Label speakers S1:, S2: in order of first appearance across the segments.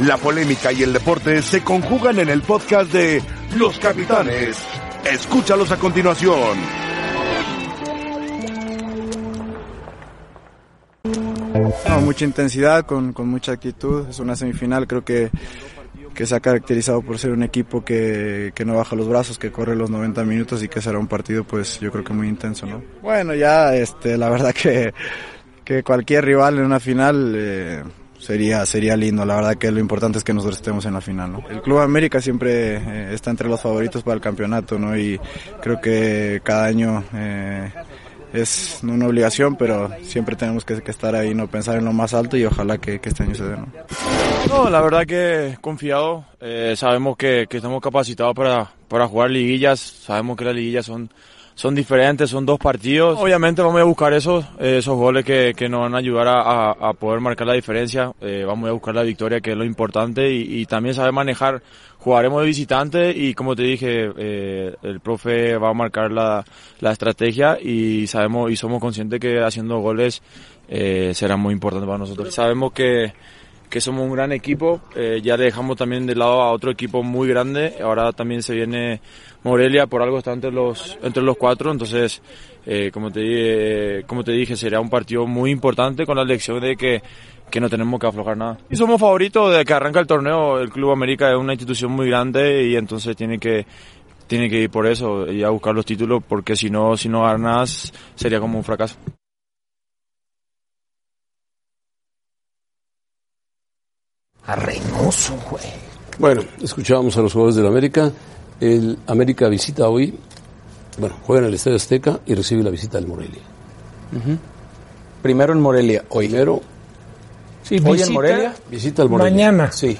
S1: La polémica y el deporte se conjugan en el podcast de Los Capitanes. Escúchalos a continuación.
S2: No, mucha intensidad, con, con mucha actitud. Es una semifinal, creo que, que se ha caracterizado por ser un equipo que, que no baja los brazos, que corre los 90 minutos y que será un partido, pues yo creo que muy intenso, ¿no? Bueno, ya este, la verdad que, que cualquier rival en una final... eh, Sería, sería lindo, la verdad que lo importante es que nosotros estemos en la final. ¿no? El Club América siempre eh, está entre los favoritos para el campeonato ¿no? y creo que cada año eh, es una obligación, pero siempre tenemos que, que estar ahí, no pensar en lo más alto y ojalá que, que este año se dé. ¿no?
S3: No, la verdad que confiado. eh, sabemos que, que estamos capacitados para, para jugar liguillas. Sabemos que las liguillas son, son diferentes, son dos partidos. Obviamente vamos a buscar esos, eh, esos goles que, que nos van a ayudar a, a- a poder marcar la diferencia. Eh, vamos a buscar la victoria, que es lo importante. Y, y también saber manejar. Jugaremos de visitante y como te dije, eh, el profe va a marcar la, la estrategia y sabemos y somos conscientes que haciendo goles eh, será muy importante para nosotros. Sabemos que que somos un gran equipo. eh, ya le dejamos también de lado a otro equipo muy grande. Ahora también se viene Morelia, por algo está entre los, entre los cuatro. Entonces, eh, como, te, di- eh, como te dije, será un partido muy importante con la lección de que, que no tenemos que aflojar nada. Y somos favoritos desde que arranca el torneo. El Club América es una institución muy grande y entonces tiene que... Tiene que ir por eso y a buscar los títulos porque si no, si no ganas sería como un fracaso.
S4: A Reynoso, güey.
S5: Bueno, escuchábamos a los jugadores del América. El América visita hoy, bueno, juega en el Estadio Azteca y recibe la visita del Morelia.
S4: Primero en Morelia, hoy.
S5: Primero,
S6: Sí,
S4: Hoy
S6: visita
S4: en Morelia.
S5: visita al Morelia.
S6: Mañana.
S5: Sí.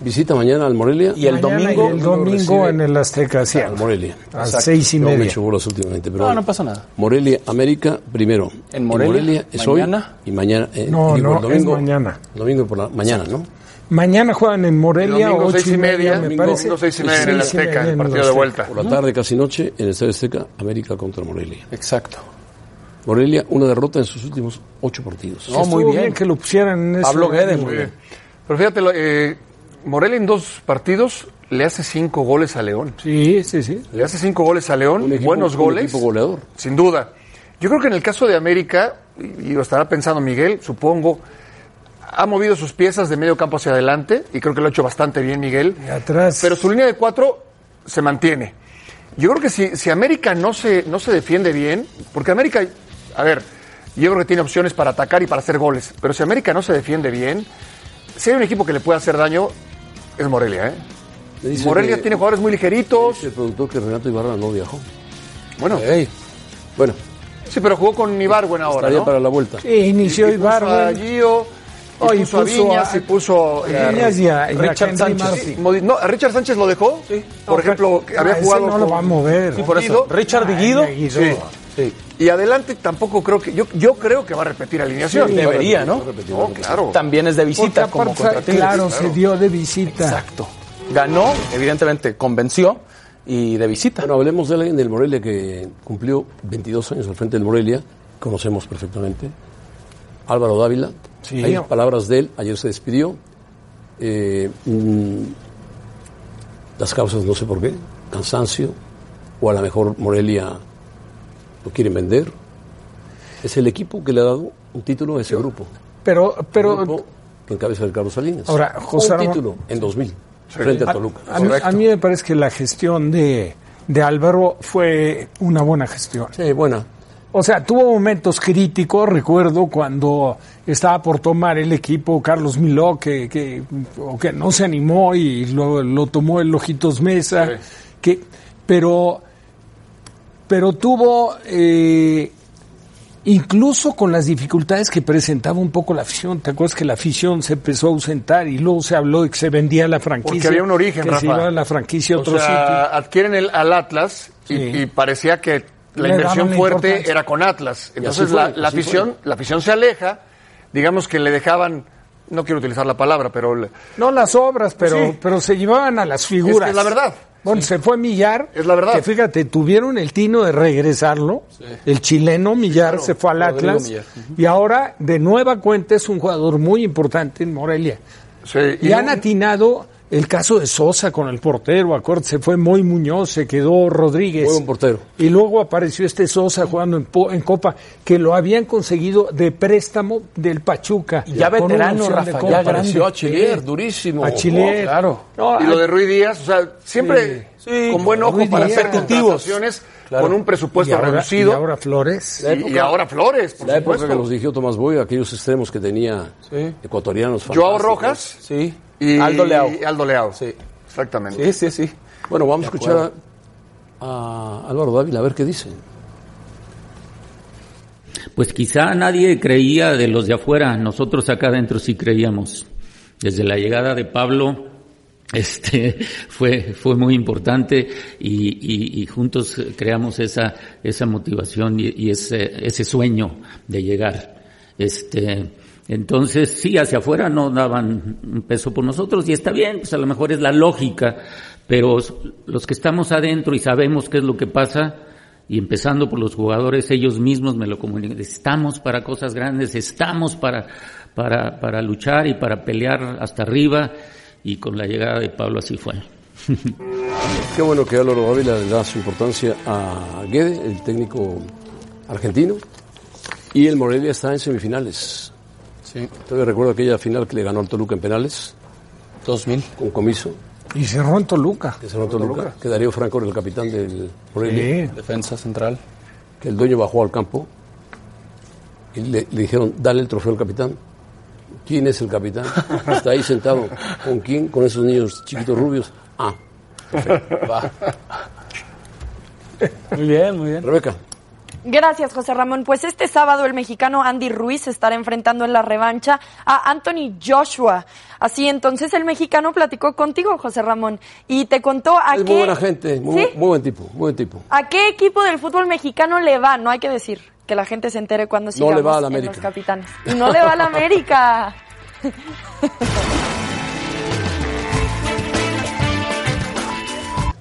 S5: Visita mañana al Morelia.
S4: Y el
S6: mañana
S4: domingo.
S6: y el domingo en el Azteca, sí,
S5: Al Morelia.
S6: a las seis y
S5: No me he
S6: media.
S5: hecho bolas últimamente, pero
S4: No,
S5: bueno.
S4: no pasa nada.
S5: Morelia, América, primero.
S4: En Morelia,
S5: es
S4: mañana.
S5: hoy y mañana. eh,
S6: No,
S5: digo,
S6: no, es mañana.
S5: Domingo por la mañana, ¿no?
S6: Mañana juegan en Morelia,
S7: Domingo
S6: ocho
S7: seis
S6: y media, me
S7: domingo,
S6: parece.
S7: domingo seis y media en el
S6: Seis y media
S7: Azteca,
S6: en
S7: el
S6: el
S7: partido de
S6: Azteca.
S7: vuelta.
S5: Por la tarde, casi noche, en el Estadio Azteca, América contra Morelia.
S4: Exacto.
S5: Morelia, una derrota en sus últimos ocho partidos.
S4: No, muy
S6: Estuvo
S4: bien.
S6: que lo pusieran en ese
S4: Pablo Guede,
S6: orden.
S4: muy bien.
S7: Pero fíjate, lo- eh, Morelia en dos partidos le hace cinco goles a León.
S6: Sí, sí, sí.
S7: Le hace cinco goles a León,
S5: Un equipo-
S7: buenos
S5: un
S7: goles.
S5: equipo goleador.
S7: Sin duda. Yo creo que en el caso de América, y y lo estará pensando Miguel, supongo, ha movido sus piezas de medio campo hacia adelante, y creo que lo ha hecho bastante bien Miguel.
S6: Y atrás.
S7: Pero su línea de cuatro se mantiene. Yo creo que si, si América no se, no se defiende bien, porque América, a ver, yo creo que tiene opciones para atacar y para hacer goles, pero si América no se defiende bien, si hay un equipo que le puede hacer daño, es Morelia, ¿eh?
S5: Me dice
S7: Morelia
S5: que-
S7: tiene jugadores muy ligeritos.
S5: dice El productor que Renato Ibarra no viajó.
S7: Bueno,
S5: Ey, Bueno,
S7: Sí, pero jugó con Ibarwen ahora,
S5: estaría
S7: ¿no?
S5: para la vuelta.
S6: Sí, inició
S7: Y- y puso a
S6: Ibarra.
S7: Gio, y
S6: Oh, y
S7: puso a
S6: puso
S7: Viñas,
S6: a-
S7: y puso... eh,
S6: Viñas y a- y a
S4: Richard
S6: Henry
S4: Sánchez.
S6: Martin.
S7: modi- no, ¿a Richard Sánchez lo dejó. Por
S6: No,
S7: ejemplo, que
S6: no,
S7: había
S6: ese
S7: jugado
S6: no lo
S7: con-
S6: va a mover.
S7: con
S4: Por eso,
S7: Guido.
S4: Richard
S6: Ay,
S4: Guido.
S6: Guido.
S7: Sí.
S5: Sí.
S7: Y adelante tampoco creo que... Yo, yo creo que va a repetir alineación.
S4: Debería, ¿no?
S7: No, claro.
S4: También es de visita
S6: Porque
S4: como
S6: aparte,
S4: contra Tigres.
S6: claro, se dio de visita.
S4: Exacto. Ganó, evidentemente, convenció y de visita.
S5: Bueno, hablemos de alguien del Morelia que cumplió 22 años al frente del Morelia, conocemos perfectamente. Álvaro Dávila.
S6: Sí.
S5: Hay palabras de él, ayer se despidió. Eh, mm, las causas no sé por qué, cansancio, o a lo mejor Morelia lo quieren vender. Es el equipo que le ha dado un título a ese grupo.
S6: Pero,
S5: Pero,
S6: pero
S5: que encabeza el Carlos Salinas.
S6: Ahora, José
S5: un
S6: Ramón-
S5: título en 2000, frente a Toluca.
S6: a, mí, a mí me parece que la gestión de, de Álvaro fue una buena gestión.
S5: Sí, buena.
S6: O sea, tuvo momentos críticos, recuerdo cuando estaba por tomar el equipo Carlos Miló, que, que, o que no se animó y lo, lo tomó el Ojitos Mesa, que, pero, pero tuvo, eh, incluso con las dificultades que presentaba un poco la afición, ¿te acuerdas que la afición se empezó a ausentar y luego se habló de que se vendía la franquicia?
S7: había un origen,
S6: que se
S7: Rafa.
S6: iba la franquicia a
S7: O
S6: otro
S7: sea,
S6: sitio.
S7: adquieren el, al Atlas y,
S6: Sí.
S7: y parecía que la
S6: Le
S7: inversión
S6: daban la
S7: fuerte
S6: importancia.
S7: era con Atlas. Entonces
S5: así fue,
S7: la, la
S5: así
S7: afición, la afición se aleja, digamos que le dejaban, no quiero utilizar la palabra, pero le-
S6: No las obras, pero,
S7: Sí.
S6: pero se llevaban a las figuras.
S7: Es que es la verdad.
S6: Bueno, se fue Millar.
S7: Es la verdad.
S6: Que fíjate, tuvieron el tino de regresarlo. El chileno Millar se fue al
S4: Rodrigo
S6: Atlas.
S4: Millar.
S6: Y ahora, de nueva cuenta, es un jugador muy importante en Morelia. y han atinado el caso de Sosa con el portero, acuérdate, se fue muy Muñoz, se quedó Rodríguez.
S5: Muy buen portero.
S6: Y luego apareció este Sosa jugando en, po- en Copa, que lo habían conseguido de préstamo del Pachuca.
S4: Ya
S6: con una
S4: veterano,
S6: opción de
S4: Rafa,
S6: compra.
S4: ya apareció a Chilier, durísimo.
S6: A Chilier.
S4: Oh, claro.
S6: No,
S7: y lo de Ruiz Díaz, o sea, siempre
S4: Sí.
S7: con buen ojo
S6: Ruiz
S7: para
S6: Díaz.
S7: hacer contrataciones
S5: Claro.
S7: con un presupuesto
S6: y ahora-
S7: reducido.
S6: y ahora Flores.
S5: La
S7: Y-
S5: época-
S7: y ahora Flores, por
S5: La época que
S7: supuesto.
S5: nos dirigió Tomás Boy, aquellos extremos que tenía
S4: Sí.
S5: ecuatorianos.
S7: Joao
S5: fantásticos.
S7: Rojas
S4: Sí.
S7: y
S4: Aldo Leao.
S7: y Aldo Leao.
S4: Sí.
S7: Exactamente.
S4: Sí, sí, sí.
S5: Bueno, vamos a escuchar a, a Álvaro Dávila a ver qué dice.
S8: Pues quizá nadie creía de los de afuera, nosotros acá adentro sí creíamos. Desde la llegada de Pablo, este, fue, fue muy importante y, y- y juntos creamos esa, esa motivación y, y ese, ese sueño de llegar. Este, entonces, sí, hacia afuera no daban un peso por nosotros y está bien, pues a lo mejor es la lógica, pero s- los que estamos adentro y sabemos qué es lo que pasa, y empezando por los jugadores, ellos mismos me lo comunican, estamos para cosas grandes, estamos para, para, para luchar y para pelear hasta arriba, y con la llegada de Pablo así fue.
S5: Qué bueno que Álvaro Dávila le da su importancia a Guede, el técnico argentino. Y el Morelia está en semifinales.
S4: Sí.
S5: Todavía recuerdo aquella final que le ganó al Toluca en penales,
S4: 2000.
S5: con comiso,
S6: Y cerró en Toluca.
S5: que cerró Toluca, que Darío Franco era el capitán del Morelia,
S6: Sí.
S4: Defensa central.
S5: que el dueño bajó al campo y le, le dijeron, dale el trofeo al capitán. ¿Quién es el capitán? Está ahí sentado. ¿Con quién? Con esos niños chiquitos rubios. Ah,
S4: Va. Muy bien, muy bien.
S5: Rebeca,
S9: Gracias, José Ramón. Pues este sábado el mexicano Andy Ruiz estará enfrentando en la revancha a Anthony Joshua. Así entonces el mexicano platicó contigo, José Ramón, y te contó a
S5: es
S9: qué
S5: muy buena gente, muy,
S9: ¿Sí?
S5: muy buen tipo, muy buen tipo.
S9: a qué equipo del fútbol mexicano le va, no hay que decir que la gente se entere cuando sigamos
S5: le va a la
S9: en
S5: América.
S9: los capitanes. Y no le va a la América.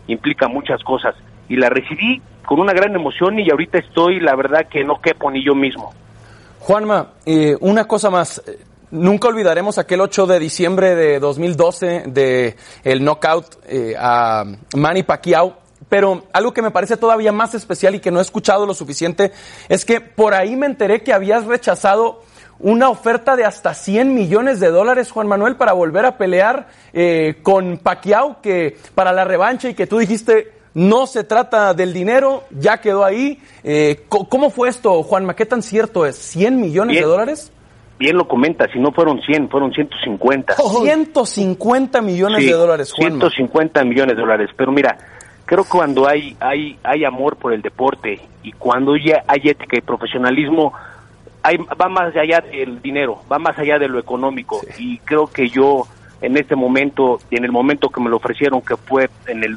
S10: implica muchas cosas. Y la recibí con una gran emoción y ahorita estoy, la verdad, que no quepo ni yo mismo.
S4: Juanma, eh, una cosa más. Eh, Nunca olvidaremos aquel 8 de diciembre de 2012 de el knockout eh, a Manny Pacquiao. Pero algo que me parece todavía más especial y que no he escuchado lo suficiente es que por ahí me enteré que habías rechazado una oferta de hasta 100 millones de dólares, Juan Manuel, para volver a pelear eh, con Pacquiao que para la revancha y que tú dijiste no se trata del dinero, ya quedó ahí. Eh, co- ¿Cómo fue esto, Juanma? ¿Qué tan cierto es? ¿100 millones
S10: Bien.
S4: de dólares?
S10: Bien lo comenta, si no fueron 100, fueron 150.
S4: 150 millones
S10: Sí,
S4: de dólares, Juanma.
S10: 150 millones de dólares. Pero mira, creo que cuando hay, hay, hay amor por el deporte y cuando ya hay ética y profesionalismo, hay, va más allá del dinero, va más allá de lo económico. Y creo que yo en este momento, y en el momento que me lo ofrecieron, que fue en el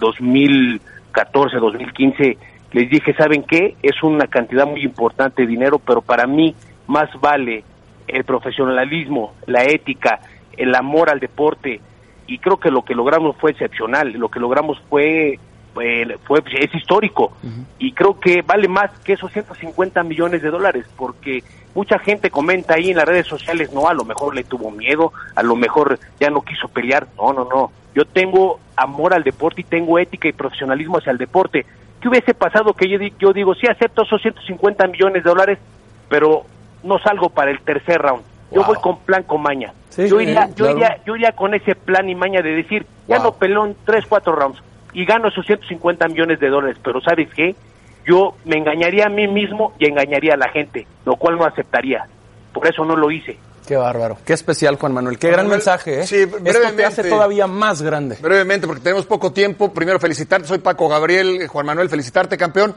S10: 2014, 2015, les dije, ¿saben qué? Es una cantidad muy importante de dinero, pero para mí más vale el profesionalismo, la ética, el amor al deporte, y creo que lo que logramos fue excepcional, lo que logramos fue, eh, fue es histórico y creo que vale más que esos 150 millones de dólares porque mucha gente comenta ahí en las redes sociales, no, a lo mejor le tuvo miedo, a lo mejor ya no quiso pelear, no, no, no, yo tengo amor al deporte y tengo ética y profesionalismo hacia el deporte. ¿Qué hubiese pasado que yo, di- yo digo, sí acepto esos 150 millones de dólares, pero no salgo para el tercer round? Yo voy con plan con maña.
S4: Sí,
S10: yo
S4: sí,
S10: iría, yo
S4: claro.
S10: iría yo ya con ese plan y maña de decir, ya
S4: Wow.
S10: no peleo en 3, 4 rounds y gano esos 150 millones de dólares, pero ¿sabes qué? Yo me engañaría a mí mismo y engañaría a la gente, lo cual no aceptaría. Por eso no lo hice.
S4: Qué bárbaro. Qué especial, Juan Manuel. Qué
S7: Juan
S4: gran
S7: Manuel,
S4: mensaje, ¿eh?
S7: sí,
S4: esto te hace
S7: brevemente.
S4: todavía más grande.
S7: Brevemente, porque tenemos poco tiempo. Primero, felicitarte. Soy Paco Gabriel, eh, Juan Manuel, felicitarte, campeón.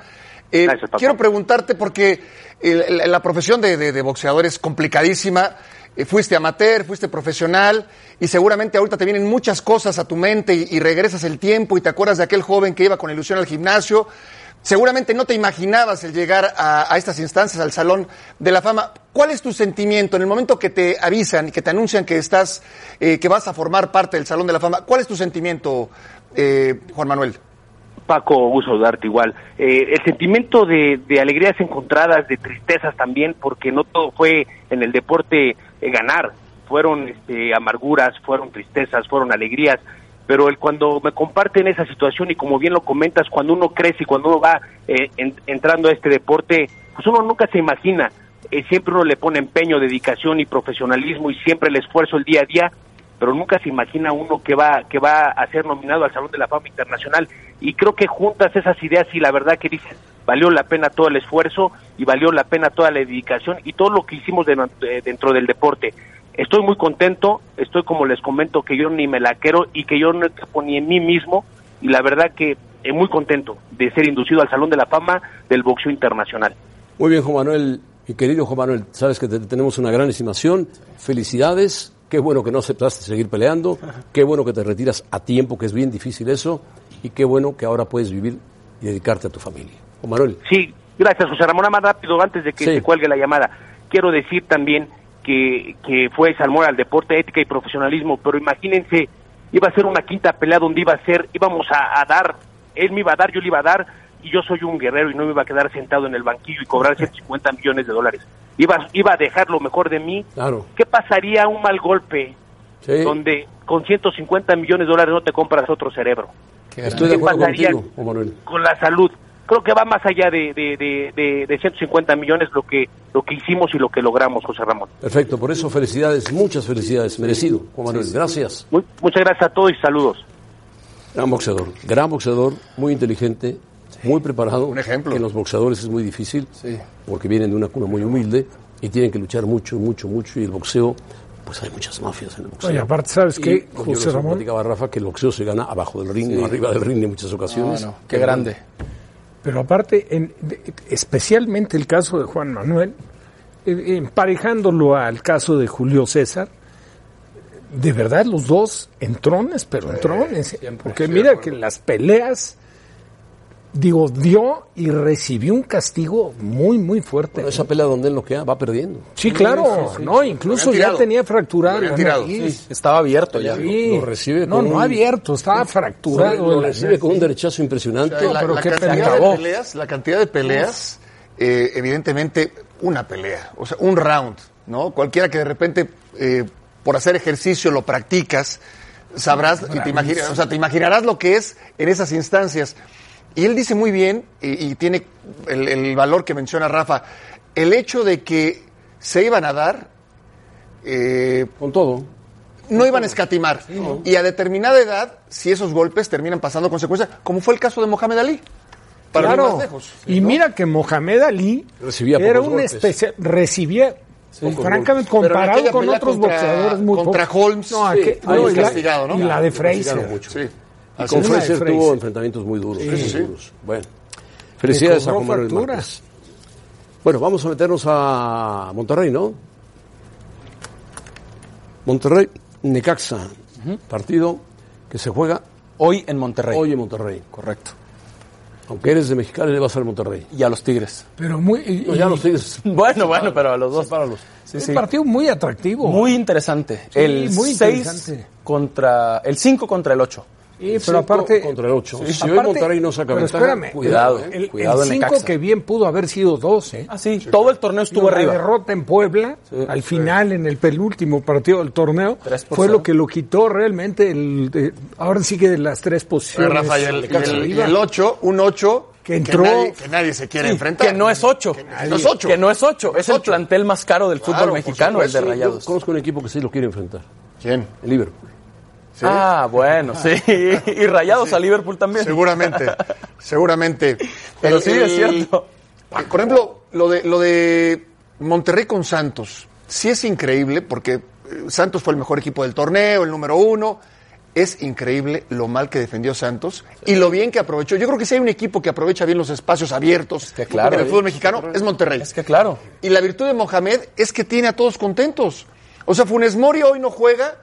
S7: Eh,
S10: Gracias, Paco.
S7: Quiero preguntarte, porque eh, la, la profesión de, de- de boxeador es complicadísima. Eh, fuiste amateur, fuiste profesional, y seguramente ahorita te vienen muchas cosas a tu mente y, y regresas el tiempo y te acuerdas de aquel joven que iba con ilusión al gimnasio. Seguramente no te imaginabas el llegar a, a estas instancias, al Salón de la Fama. ¿Cuál es tu sentimiento en el momento que te avisan y que te anuncian que estás, eh, que vas a formar parte del Salón de la Fama? ¿Cuál es tu sentimiento, eh, Juan Manuel?
S10: Paco, gusto saludarte igual. Eh, el sentimiento de, de alegrías encontradas, de tristezas también, porque no todo fue en el deporte eh, ganar. Fue- fueron este, amarguras, fueron tristezas, fueron alegrías, pero el, cuando me comparten esa situación y como bien lo comentas, cuando uno crece y cuando uno va eh, en- entrando a este deporte, pues uno nunca se imagina, eh, siempre uno le pone empeño, dedicación y profesionalismo y siempre el esfuerzo el día a día, pero nunca se imagina uno que va, que va a ser nominado al Salón de la Fama Internacional y creo que juntas esas ideas y la verdad que dices, valió la pena todo el esfuerzo y valió la pena toda la dedicación y todo lo que hicimos denan- eh, dentro del deporte. Estoy muy contento, estoy como les comento que yo ni me la quiero y que yo no escapo ni en mí mismo y la verdad que eh, muy contento de ser inducido al Salón de la Fama del Boxeo Internacional.
S5: Muy bien, Juan Manuel, mi querido Juan Manuel, sabes que te- tenemos una gran estimación. Felicidades, qué bueno que no aceptaste seguir peleando, qué bueno que te retiras a tiempo, que es bien difícil eso, y qué bueno que ahora puedes vivir y dedicarte a tu familia. Juan Manuel,
S10: Sí, gracias, José Ramón. Nada Más rápido, antes de que
S5: Sí.
S10: se cuelgue la llamada, quiero decir también que, que fue Salmón al deporte, ética y profesionalismo, pero imagínense, iba a ser una quinta pelea donde iba a ser, íbamos a, a dar, él me iba a dar, yo le iba a dar, y yo soy un guerrero y no me iba a quedar sentado en el banquillo y cobrar 150 millones de dólares. Iba, iba a dejar lo mejor de mí.
S5: claro.
S10: ¿Qué pasaría un mal golpe
S5: Sí,
S10: donde con 150 millones de dólares no te compras otro cerebro?
S5: estoy de
S10: ¿Qué
S5: acuerdo
S10: pasaría?
S5: contigo, Juan Manuel.
S10: con la salud. Creo que va más allá de, de, de, de, de 150 millones lo que lo que hicimos y lo que logramos, José Ramón.
S5: Perfecto, por eso felicidades, muchas felicidades, merecido, Juan Manuel, gracias.
S10: Muy- muchas gracias a todos y saludos.
S5: Gran boxeador, gran boxeador, muy inteligente, muy preparado.
S7: Un ejemplo.
S5: Que en los boxeadores es muy difícil porque vienen de una cuna muy humilde y tienen que luchar mucho, mucho, mucho. Y el boxeo, pues hay muchas mafias en el boxeo.
S6: Oye, aparte, ¿sabes
S5: Y,
S6: qué,
S5: pues,
S6: José
S5: yo les
S6: Ramón?
S5: platicaba Rafa que el boxeo se gana abajo del ring, no arriba del ring en muchas ocasiones.
S4: No, no, qué grande.
S6: Pero aparte, en- de- especialmente el caso de Juan Manuel, eh, emparejándolo al caso de Julio César, de verdad los dos entrones, pero entrones. ¿eh? porque mira que las peleas, digo, dio y recibió un castigo muy, muy fuerte.
S5: Pero esa pelea donde él lo queda va perdiendo.
S6: sí, claro, no, incluso
S7: habían
S6: ya
S7: tirado.
S6: tenía fracturada
S7: Lo
S6: la
S7: habían tirado,
S6: nariz.
S4: Estaba abierto ya.
S6: Sí.
S5: Lo recibe
S6: no,
S5: con
S6: no
S5: un-
S6: abierto, estaba fracturado.
S5: Lo
S6: la
S5: recibe con un derechazo impresionante.
S7: La,
S6: pero
S7: la
S6: qué
S7: cantidad
S6: pelea.
S7: de
S6: Acabó.
S7: peleas, la cantidad de peleas, eh, evidentemente, una pelea, o sea, un round, ¿no? Cualquiera que de repente, eh, por hacer ejercicio, lo practicas, sabrás, y te, imaginas, o sea, te imaginarás lo que es en esas instancias. Y él dice muy bien, y, y tiene el, el valor que menciona Rafa, el hecho de que se iban a dar, eh,
S5: Con todo.
S7: no iban a escatimar. Y a determinada edad, si esos golpes terminan pasando consecuencias, como fue el caso de Mohamed Ali. Para ir
S6: claro.
S7: más lejos.
S6: y mira que Mohamed Ali
S5: Recibía
S6: era
S5: pocos
S6: un
S5: golpes.
S6: especial, recibía con-
S5: pocos
S6: francamente
S7: Pero en
S6: comparado
S7: aquella
S6: con
S7: pelea
S6: otros
S7: contra-
S6: boxeadores muy
S7: contra
S6: pocos.
S7: Holmes,
S6: No,
S7: sí,
S6: aquel-
S7: ahí
S6: no,
S7: es
S6: y, la,
S7: castigado, ¿no?
S6: y la de Fraser.
S5: Castigaron mucho.
S7: Sí.
S5: Y
S7: Así
S5: con
S6: es.
S5: Fraser
S6: Fraser.
S5: tuvo enfrentamientos muy duros, muy
S6: sí.
S5: duros. Bueno,
S6: Le
S5: felicidades a
S6: cobró
S5: Juan Manuel
S6: factura.
S5: Márquez. Bueno, vamos a meternos a Monterrey, ¿no? Monterrey, Necaxa, partido que se juega
S4: Hoy en Monterrey.
S5: hoy en Monterrey.
S4: Correcto.
S5: Aunque eres de Mexicali, le vas al Monterrey.
S4: Y a los Tigres.
S6: Pero muy, y-
S5: No, Pues ya lo sigues.
S4: Bueno, bueno, pero a los dos. Para los. Sí,
S6: un
S4: sí.
S6: partido muy atractivo.
S4: Muy interesante.
S6: Sí,
S4: el
S6: muy
S4: 6
S6: interesante.
S4: contra. El 5 contra el 8.
S6: Sí,
S5: Cinco
S6: pero aparte
S5: contra el ocho.
S6: Sí.
S5: Si hoy Monterrey no saca
S6: pero
S5: ventaja,
S6: espérame,
S5: cuidado,
S6: el-
S5: eh,
S6: el,
S5: cuidado en
S6: 5
S4: Necaxa.
S6: que bien pudo haber sido 12.
S4: Ah, sí. Todo el torneo estuvo
S6: la
S4: arriba.
S6: derrota en Puebla, al final, en el penúltimo partido del torneo,
S4: Tres por
S6: fue
S4: cero.
S6: lo que lo quitó realmente. El, de- ahora sí que de las tres
S7: Oye,
S6: posiciones.
S7: Rafa, y el, y el- y
S6: arriba.
S7: el 8, un 8
S6: Que entró-
S7: nadie, que nadie se quiere
S4: Sí,
S7: enfrentar.
S4: Que no es 8.
S7: Que no es 8.
S4: Que no es 8. Es el plantel más caro del
S7: Claro,
S4: fútbol
S7: por
S4: mexicano, el de
S7: supuesto.
S5: Yo
S4: Rayados.
S5: conozco un equipo que sí lo quiere enfrentar,
S7: ¿Quién?
S5: el Liverpool.
S7: ¿Sí?
S4: Ah, bueno, sí. Y Rayados a Liverpool también.
S7: Seguramente, seguramente.
S4: Pero
S7: El-
S4: sí, es
S7: el- Ah,
S4: cierto.
S7: Por ejemplo, lo de, lo de Monterrey con Santos, sí es increíble porque eh, Santos fue el mejor equipo del torneo, el número uno. Es increíble lo mal que defendió Santos y lo bien que aprovechó. Yo creo que si hay un equipo que aprovecha bien los espacios abiertos
S4: que claro,
S7: en el
S4: eh.
S7: fútbol mexicano, es Monterrey.
S4: Es que claro.
S7: Y la virtud de Mohamed es que tiene a todos contentos. O sea, Funes Mori hoy no juega,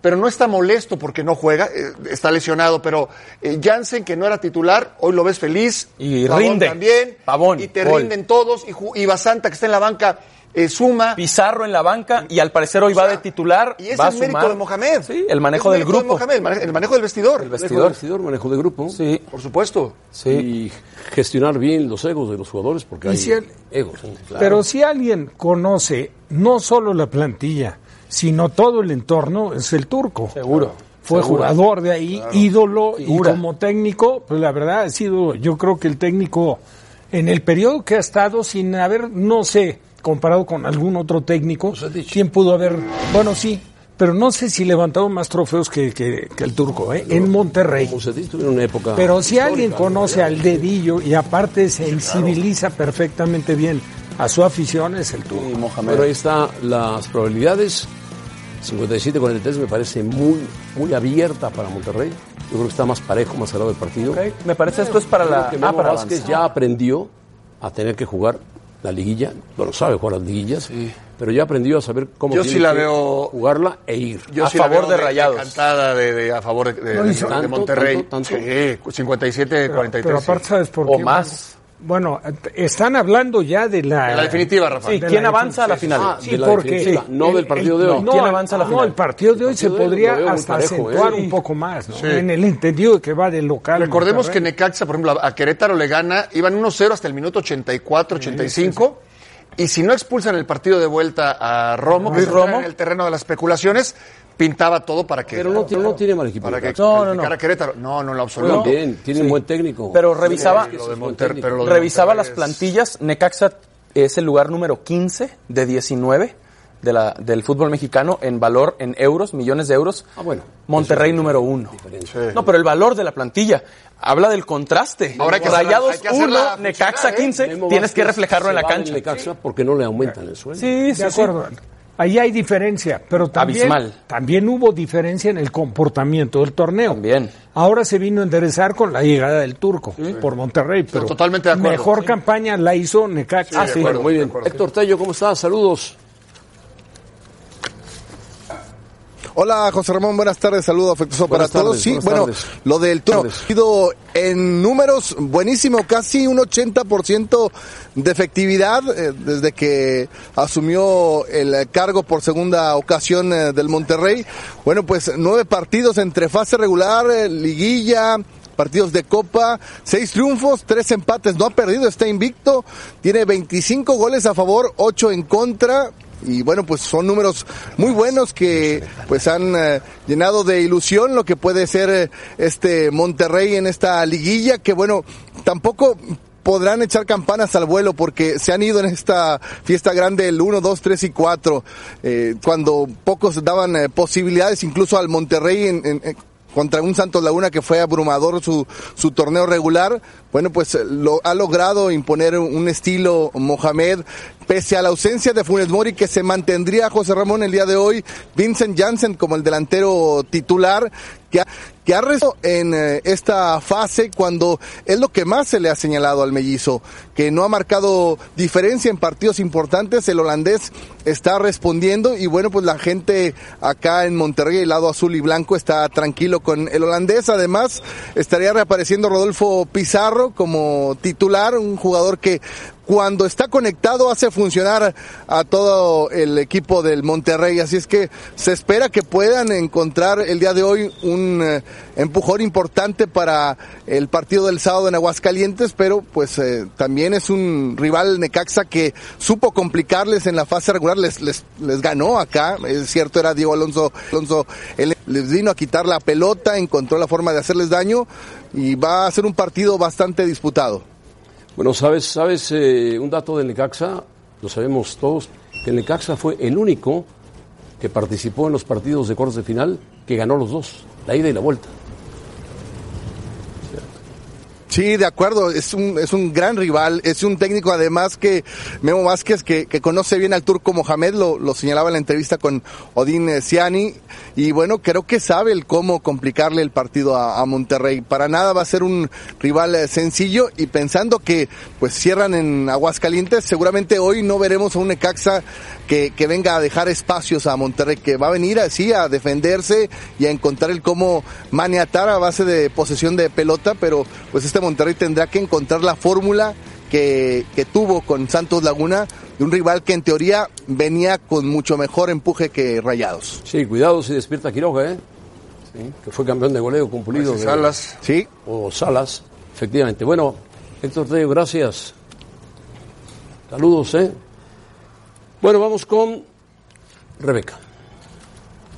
S7: pero no está molesto porque no juega, eh, está lesionado, pero eh, Jansen, que no era titular, hoy lo ves feliz.
S4: Y rinde.
S7: también.
S4: Pavón,
S7: y te
S4: gol.
S7: rinden todos. Y, Ju- y Basanta, que está en la banca, eh, suma.
S4: Pizarro en la banca y al parecer hoy va de titular.
S7: Y ese
S4: va a
S7: es mérito
S4: sumar.
S7: de Mohamed.
S4: Sí, el manejo
S7: Es
S4: del
S7: mérito de
S4: grupo.
S7: Mohamed, el, mane- el manejo del vestidor.
S4: El
S5: Manejo de
S4: vestidor.
S5: vestidor, manejo de grupo.
S4: Sí,
S7: Por supuesto.
S4: sí.
S5: Y gestionar bien los egos de los jugadores, porque
S6: Y
S5: hay
S6: si el-
S5: egos. ¿eh? Claro.
S6: Pero si alguien conoce no solo la plantilla, sino todo el entorno, es el turco.
S4: Seguro.
S6: Fue
S4: Seguro.
S6: jugador de ahí, ídolo
S4: Figura.
S6: y como técnico, pues la verdad ha sido, yo creo que el técnico en el periodo que ha estado sin haber, no sé, comparado con algún otro técnico,
S4: Pues
S6: ¿quién pudo haber? Bueno, sí, pero no sé si levantado más trofeos que, que- que el turco, ¿eh? en Monterrey.
S5: Como se dice, tuvieron una
S4: Ah,
S5: época.
S6: Pero si alguien
S5: histórica,
S6: conoce al dedillo y aparte sensibiliza perfectamente bien a su afición, es el turco.
S5: Bueno, ahí está las probabilidades. 57-43 me parece muy, muy abierta para Monterrey. Yo creo que está más parejo, más cerrado el partido.
S4: Me parece esto es para la. ah,
S5: Creo que Memo
S4: para
S5: Vázquez
S4: avanzar.
S5: ya aprendió a tener que jugar la liguilla. Bueno, sabe jugar las liguillas, pero ya aprendió a saber cómo
S7: Yo
S5: tiene
S7: sí la
S5: que
S7: veo-
S5: jugarla e ir.
S7: Yo
S4: A
S7: sí la
S4: favor
S7: veo
S4: de Rayados.
S7: Encantada de, de- a favor de, de-
S5: No,
S7: de-
S5: hizo
S7: de
S5: tanto,
S7: Monterrey.
S5: tanto, tanto.
S7: Sí, 57 43.
S6: Pero aparte,
S7: sí.
S6: ¿sabes por
S4: O
S6: qué?
S4: más.
S6: Bueno, están hablando ya de la...
S7: De la definitiva, Rafa.
S4: Sí,
S6: De
S4: ¿quién
S6: la
S4: avanza a la
S6: definitiva.
S4: final?
S5: Ah,
S6: Sí,
S5: de la
S6: porque
S5: definitiva, no del partido de hoy.
S6: No,
S4: ¿Quién avanza a la
S6: no,
S4: final?
S6: el partido de hoy
S5: El
S6: se
S5: partido de hoy
S6: podría
S5: lo veo muy
S6: hasta
S5: parejo, ¿eh?
S6: acentuar
S5: Sí.
S6: un poco más, ¿no?
S7: Sí.
S6: En el entendido que va de local.
S7: Recordemos que
S6: Monterrey.
S7: Necaxa, por ejemplo, a Querétaro le gana, iban 1-0 hasta el minuto 84, 85. Y si no expulsan el partido de vuelta a Romo, que
S4: Luis
S7: se entra
S4: Romo.
S7: en el terreno de las especulaciones, pintaba todo para que
S5: Pero no, tiene- no tiene mal equipo.
S7: para que
S4: No, no, no.
S7: calificara a Querétaro. No, no, en lo
S5: Juegan
S7: absoluto.
S5: bien, tiene un buen técnico.
S4: Pero revisaba.
S7: Lo de
S5: buen
S7: Monter-
S5: técnico.
S7: pero lo de
S4: Revisaba las
S7: Monterrey es-
S4: plantillas. Necaxa es el lugar número 15 de 19 de la, del fútbol mexicano en valor en euros, millones de euros.
S5: Ah, bueno.
S4: Monterrey número uno.
S5: Diferencia.
S4: No, pero el valor de la plantilla. Habla del contraste.
S7: Ahora hay que hacerla-
S4: Rayados
S7: hay que hacerla
S4: 1,
S7: funcionar,
S4: Necaxa
S7: ¿eh?
S4: 15.
S5: Memo
S4: Tienes que
S5: Vázquez
S4: reflejarlo
S5: se
S4: en la
S5: va del
S4: cancha.
S5: Necaxa porque no le aumentan el sueldo.
S4: Sí, sí,
S6: De acuerdo. Ahí hay diferencia, pero también,
S4: Abismal.
S6: también hubo diferencia en el comportamiento del torneo.
S4: También.
S6: Ahora se vino a enderezar con la llegada del turco por Monterrey, pero
S7: Totalmente de acuerdo.
S6: mejor
S7: Sí.
S6: campaña la hizo Necaxa.
S7: Ah, sí.
S5: Bueno, muy bien. Héctor Tello, ¿cómo estás? Saludos.
S11: Hola José Ramón, buenas tardes, saludo afectuoso
S5: Buenas
S11: para todos.
S5: tardes,
S11: Sí,
S5: buenas
S11: bueno,
S5: tardes.
S11: lo del turno
S5: Tardes.
S11: ha sido en números buenísimo, casi un 80% de efectividad eh, desde que asumió el eh, cargo por segunda ocasión eh, del Monterrey. Bueno, pues nueve partidos entre fase regular, eh, liguilla, partidos de Copa, seis triunfos, tres empates, no ha perdido, está invicto, tiene 25 goles a favor, ocho en contra. Y bueno, pues son números muy buenos que pues han eh, llenado de ilusión lo que puede ser eh, este Monterrey en esta liguilla, que bueno, tampoco podrán echar campanas al vuelo porque se han ido en esta fiesta grande el 1, 2, 3 y 4, eh, cuando pocos daban eh, posibilidades incluso al Monterrey en- eh, en- en- contra un Santos Laguna que fue abrumador su, su torneo regular, bueno, pues lo, ha logrado imponer un estilo Mohamed, pese a la ausencia de Funes Mori que se mantendría José Ramón el día de hoy, Vincent Janssen como el delantero titular, que ha, que ha rezado en eh, esta fase cuando es lo que más se le ha señalado al mellizo, que no ha marcado diferencia en partidos importantes, el holandés está respondiendo y bueno, pues la gente acá en Monterrey, el lado azul y blanco, está tranquilo con el holandés. Además, estaría reapareciendo Rodolfo Pizarro como titular, un jugador que cuando está conectado hace funcionar a todo el equipo del Monterrey. Así es que se espera que puedan encontrar el día de hoy un eh, empujón importante para el partido del sábado en Aguascalientes, pero pues eh, también es un rival Necaxa que supo complicarles en la fase regular, les, les, les ganó acá, es cierto, era Diego Alonso, Alonso él les vino a quitar la pelota, encontró la forma de hacerles daño y va a ser un partido bastante disputado.
S5: Bueno, sabes, sabes eh, un dato del Necaxa, lo sabemos todos, que el Necaxa fue el único que participó en los partidos de cuartos de final que ganó los dos, la ida y la vuelta.
S11: Sí, de acuerdo, es un, es un gran rival, es un técnico además que Memo Vázquez, que, que conoce bien al turco Mohamed, lo, lo señalaba en la entrevista con Odín eh, Ciani, y bueno, creo que sabe el cómo complicarle el partido a, a Monterrey. Para nada va a ser un rival eh, sencillo y pensando que pues cierran en Aguascalientes, seguramente hoy no veremos a un Necaxa que, que venga a dejar espacios a Monterrey, que va a venir así a defenderse y a encontrar el cómo maniatar a base de posesión de pelota, pero pues este Monterrey tendrá que encontrar la fórmula que, que tuvo con Santos Laguna, de un rival que en teoría venía con mucho mejor empuje que Rayados.
S5: Sí, cuidado si despierta Quiroga, ¿eh? Que fue campeón de goleo cumplido. de-
S7: Salas.
S11: ¿Sí?
S5: O Salas, efectivamente. Bueno, Héctor Tello, gracias. Saludos, ¿eh? Bueno, vamos con Rebeca.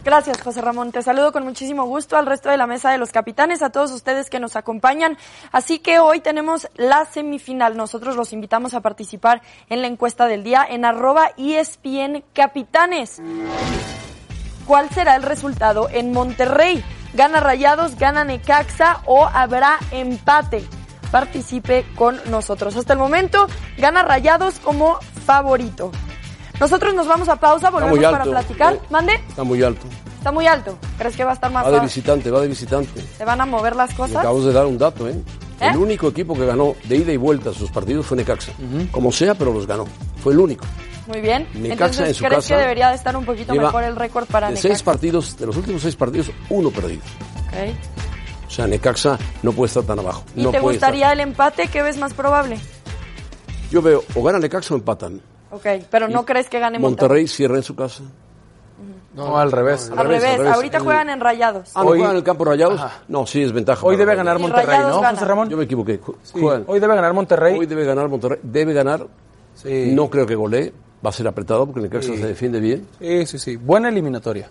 S9: Gracias, José Ramón. Te saludo con muchísimo gusto al resto de la mesa de los capitanes, a todos ustedes que nos acompañan. Así que hoy tenemos la semifinal. Nosotros los invitamos a participar en la encuesta del día en arroba E ESPN Capitanes. ¿Cuál será el resultado en Monterrey? ¿Gana Rayados, gana Necaxa o habrá empate? Participe con nosotros. Hasta el momento, gana Rayados como favorito. Nosotros nos vamos a pausa, volvemos
S5: muy
S9: para
S5: alto, Oh.
S9: platicar.
S5: ¿no?
S9: ¿Mande?
S5: Está muy alto.
S9: Está muy alto. ¿Crees que va a estar más
S5: Va de
S9: bajo?
S5: visitante, va de visitante.
S9: ¿Se van a mover las
S5: Y
S9: cosas?
S5: acabamos de dar un dato, ¿eh?
S9: ¿Eh?
S5: El único equipo que ganó de ida y vuelta sus partidos fue Necaxa. Como sea, pero los ganó. Fue el único.
S9: Muy bien.
S5: Necaxa
S9: Entonces,
S5: en su
S9: ¿crees
S5: casa
S9: que debería de estar un poquito
S5: lleva
S9: mejor el récord para
S5: de
S9: Necaxa?
S5: seis partidos, de los últimos seis partidos, uno perdido.
S9: Ok.
S5: O sea, Necaxa no puede estar tan abajo.
S9: ¿Y
S5: no
S9: te
S5: puede
S9: gustaría el empate? ¿Qué ves más probable?
S5: estar. Yo veo, o gana Necaxa o empatan.
S9: Ok, pero no crees que gane Monterrey.
S5: Monterrey cierra en su casa.
S4: No, al revés.
S9: Al revés, ahorita juegan en rayados.
S5: Ah, ¿no juegan en el campo rayados? No, sí, es ventaja. Hoy debe ganar
S9: Y Monterrey, Rayados ¿no, gana. José
S5: Ramón? Yo me equivoqué. Ju- juegan. Hoy debe ganar Monterrey. Hoy debe ganar Monterrey. Debe ganar. No creo que golee. Va a ser apretado porque Necaxa
S4: Sí.
S5: se defiende bien.
S4: Sí, sí, sí. Buena eliminatoria.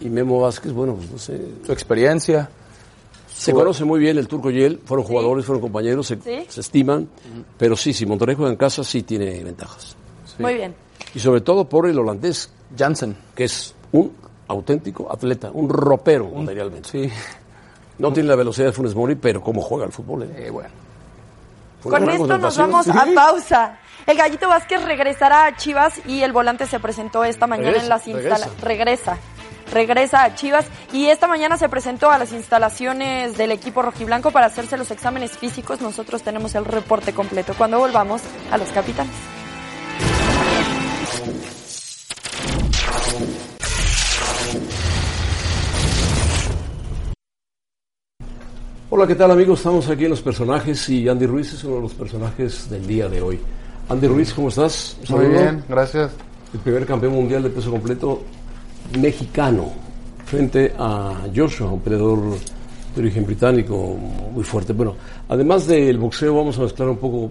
S5: Y Memo Vázquez, bueno, pues no sé.
S4: Su experiencia.
S5: Se
S4: Su-
S5: conoce muy bien el turco y él. Fueron jugadores, fueron compañeros, se,
S9: Sí.
S5: se estiman. Pero sí, si Monterrey juega en casa, sí tiene ventajas.
S9: Muy bien.
S5: Y sobre todo por el holandés.
S4: Jansen.
S5: Que es un auténtico atleta, un ropero materialmente. No tiene la velocidad de Funes Mori, pero cómo juega el fútbol. ¿eh?
S4: bueno.
S9: Con esto nos vamos a pausa. El Gallito Vázquez regresará a Chivas y el volante se presentó esta mañana en
S12: Regresa,
S9: las instalaciones. Regresa. Regresa a Chivas y esta mañana se presentó a las instalaciones del equipo rojiblanco para hacerse los exámenes físicos. Nosotros tenemos el reporte completo cuando volvamos a los capitanes.
S5: Hola, ¿qué tal amigos? Estamos aquí en los personajes y Andy Ruiz es uno de los personajes del día de hoy. Andy Ruiz, ¿cómo estás? Un
S7: Muy
S5: saludo.
S7: bien, gracias.
S5: El primer campeón mundial de peso completo mexicano frente a Joshua, un peleador de origen británico muy fuerte. Bueno, además del boxeo vamos a mezclar un poco,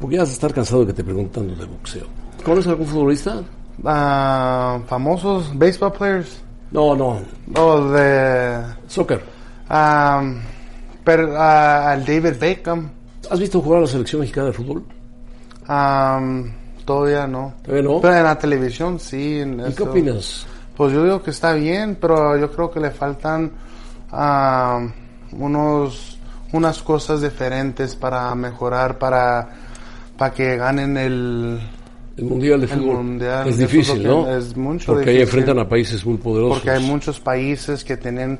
S5: porque ya vas a estar cansado de que te preguntan de boxeo. ¿Conoces algún futbolista?
S12: Ah, famosos baseball players.
S5: No, no.
S12: Oh, de Ah,
S5: soccer.
S12: pero ah, al David Beckham.
S5: ¿Has visto jugar a la selección mexicana de fútbol?
S12: Am, Ah, todavía no.
S5: Todavía no.
S12: Pero en la televisión sí. en
S5: ¿Y qué
S12: eso.
S5: opinas?
S12: Pues yo digo que está bien, pero yo creo que le faltan am, unos unas cosas diferentes para mejorar, para para que ganen el
S5: el mundial de fútbol.
S12: mundial.
S5: Es
S12: Ah, Eso
S5: difícil,
S12: lo
S5: ¿no?
S12: que Es mucho
S5: Porque ahí
S12: difícil.
S5: enfrentan a países muy poderosos.
S12: Porque hay muchos países que tienen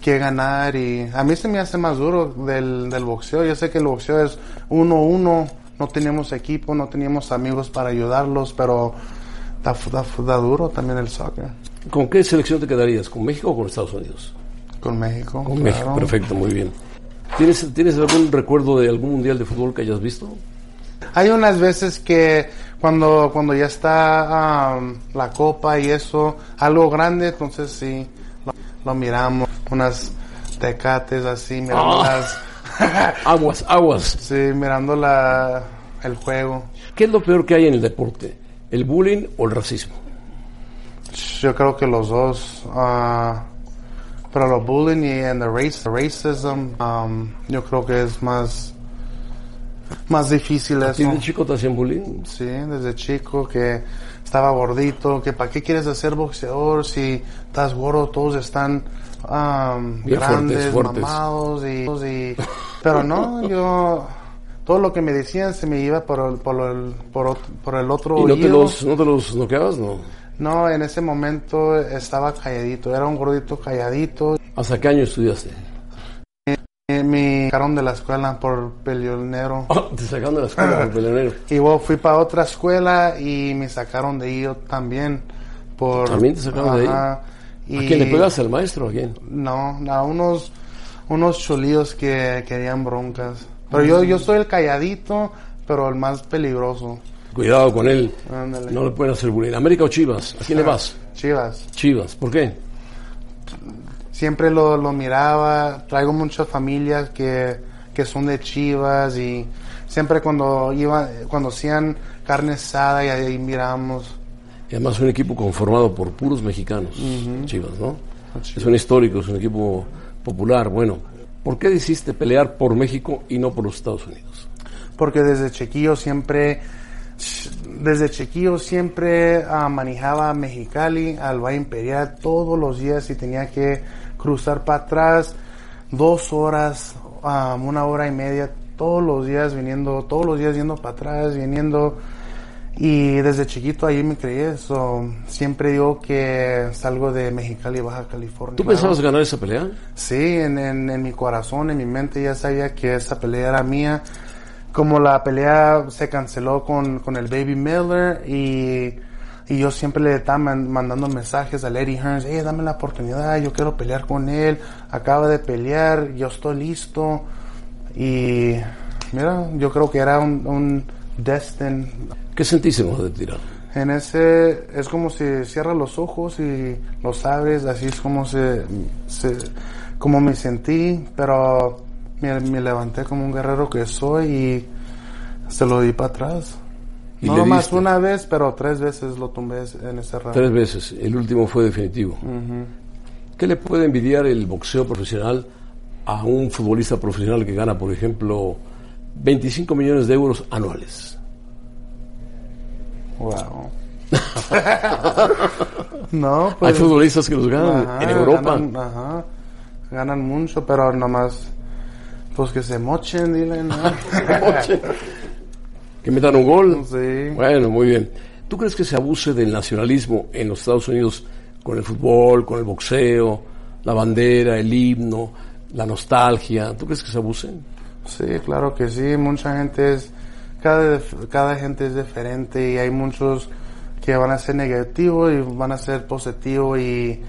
S12: que ganar y a mí se me hace más duro del, del boxeo. Yo sé que el boxeo es uno a uno, no tenemos equipo, no teníamos amigos para ayudarlos, pero da, fu- da fu- da duro también el soccer
S5: ¿Con qué selección te quedarías? ¿Con México o con Estados Unidos?
S12: con México.
S5: Con
S12: claro.
S5: México, perfecto, muy bien. ¿Tienes, ¿Tienes algún recuerdo de algún mundial de fútbol que hayas visto?
S12: Hay unas veces que cuando, cuando ya está am, la copa y eso, algo grande, entonces sí, lo, lo miramos, unas tecates así, mirando
S5: Ah.
S12: las...
S5: aguas, aguas.
S12: Sí, mirando la, el juego.
S5: ¿Qué es lo peor que hay en el deporte? ¿El bullying o el racismo?
S12: Yo creo que los dos. ah, pero lo bullying y and the race, the racism, um, yo creo que es más más difícil eso.
S5: ti de chico te hacían bullying?
S12: Sí, desde chico que estaba gordito, que para qué quieres hacer boxeador si estás gordo, todos están um,
S5: Bien
S12: grandes,
S5: fuertes, fuertes.
S12: mamados y, y- pero no, yo todo lo que me decían se me iba por el, por el, por ot- por el otro
S5: ¿Y no te,
S12: oído.
S5: los, no te los noqueabas? No.
S12: No, en ese momento estaba calladito, era un gordito calladito.
S5: ¿Hasta qué año estudiaste?
S12: Eh, Me sacaron de la escuela por peleonero.
S5: Oh, te sacaron de la escuela por peleonero.
S12: Y luego fui para otra escuela y me sacaron de ello también. Por,
S5: ¿También te sacaron de
S12: Ajá.
S5: ahí? ¿A quién le pegaste, al maestro o a quién?
S12: No, a unos, unos chulíos que querían broncas. Pero
S5: Mm.
S12: yo, yo soy el calladito, pero el más peligroso.
S5: Cuidado con él.
S12: Ándale.
S5: No le pueden hacer bullying. ¿América o Chivas? ¿A quién le vas?
S12: Chivas.
S5: Chivas. ¿Por qué?
S12: siempre lo, lo miraba. Traigo muchas familias que, que son de Chivas y siempre cuando iba, cuando hacían carne asada y ahí miramos.
S5: Y además un equipo conformado por puros mexicanos,
S12: Ujú.
S5: Chivas, ¿no? Es un histórico, es un equipo popular. Bueno, ¿por qué decidiste pelear por México y no por los Estados Unidos?
S12: porque desde chiquillo siempre desde chiquillo siempre ah, manejaba Mexicali al Valle Imperial todos los días y tenía que cruzar para atrás dos horas ah, una hora y media todos los días viniendo todos los días yendo para atrás viniendo y desde chiquito ahí me creí eso siempre digo que salgo de Mexicali Baja California
S5: ¿Tú pensabas ganar esa pelea?
S12: Sí, en, en- en mi corazón, en mi mente ya sabía que esa pelea era mía. Como la pelea se canceló con, con el Baby Miller y, y yo siempre le estaba man- mandando mensajes a Eddie Hearns, hey, dame la oportunidad, yo quiero pelear con él, acaba de pelear, yo estoy listo. Y mira, yo creo que era un, un destin
S5: ¿Qué sentiste cuando te tiraron?
S12: en ese es como si cierras los ojos y los abres, así es como se, se- como me sentí, pero me, me levanté como un guerrero que soy y se lo di para atrás.
S5: ¿Y
S12: no
S5: le
S12: más
S5: diste?
S12: una vez, pero tres veces lo tumbé en ese round.
S5: Tres veces, el último fue definitivo.
S12: Ujú.
S5: ¿Qué le puede envidiar el boxeo profesional a un futbolista profesional que gana, por ejemplo, 25 millones de euros anuales?
S12: Wow. no, pues,
S5: Hay futbolistas que los ganan en Europa.
S12: Ganan, ajá, ganan mucho, pero nomás pues que se mochen, dile, ¿no?
S5: Que metan un gol.
S12: Sí.
S5: Bueno, muy bien. ¿Tú crees que se abuse del nacionalismo en los Estados Unidos con el fútbol, con el boxeo, la bandera, el himno, la nostalgia? ¿Tú crees que se abuse?
S12: Sí, claro que sí. Mucha gente es, cada, cada gente es diferente y hay muchos que van a ser negativos y van a ser positivos y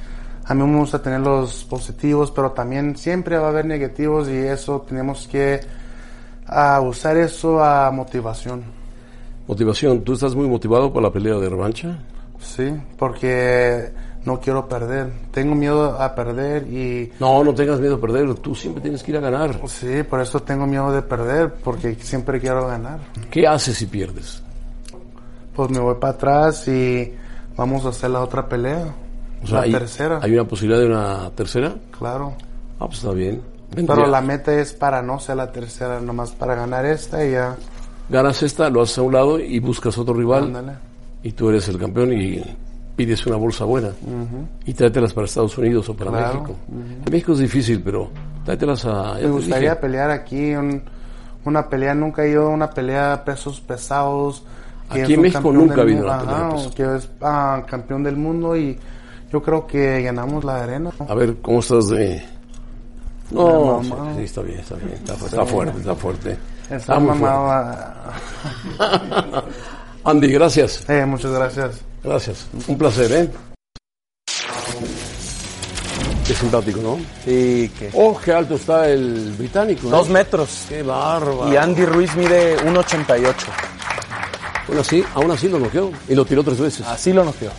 S12: a mí me gusta tener los positivos, pero también siempre va a haber negativos y eso tenemos que ah, usar eso a motivación.
S5: Motivación. ¿Tú estás muy motivado para la pelea de revancha?
S12: Sí, porque no quiero perder. Tengo miedo a perder y...
S5: No, no tengas miedo a perder. Tú siempre tienes que ir a ganar.
S12: Sí, por eso tengo miedo de perder, porque siempre quiero ganar.
S5: ¿Qué haces si pierdes?
S12: Pues me voy para atrás y vamos a hacer la otra pelea.
S5: O sea,
S12: la
S5: hay-
S12: tercera,
S5: ¿Hay una posibilidad de una tercera?
S12: claro.
S5: Ah, pues está bien.
S12: Pero
S5: Vendría.
S12: la meta es para no ser la tercera, nomás para ganar esta y ya.
S5: Ganas esta, lo haces a un lado y buscas otro rival.
S12: Ándale.
S5: Y tú eres el campeón y pides una bolsa buena.
S12: Ujú.
S5: Y tráetelas para Estados Unidos o para
S12: Claro.
S5: México.
S12: Ujú.
S5: En México es difícil, pero tráetelas a. ya
S12: Me
S5: te
S12: gustaría
S5: dije,
S12: pelear aquí, un- una pelea, nunca he ido a una pelea de pesos pesados. que
S5: Aquí
S12: es
S5: en
S12: un
S5: México
S12: campeón
S5: nunca ha
S12: del
S5: habido
S12: mu-
S5: una pelea de
S12: ajá,
S5: pesos.
S12: Que es ah, campeón del mundo y yo creo que ganamos la arena.
S5: A ver, ¿cómo estás de.? No,
S12: No, mamá.
S5: sí, sí, está bien, está bien. Está, fu-
S12: Sí.
S5: está fuerte, está fuerte.
S12: Está
S5: muy
S12: mamado, ah.
S5: fuerte. Andy, gracias.
S12: Eh, muchas gracias.
S5: Gracias. Un placer, ¿eh? Qué simpático, ¿no?
S4: Sí, que...
S5: Oh, qué alto está el británico. ¿eh?
S4: Dos metros.
S5: Qué bárbaro.
S4: Y Andy Ruiz mide 1.88.
S5: Aún así, aún así lo noqueó y lo tiró tres veces.
S4: Así lo noqueó.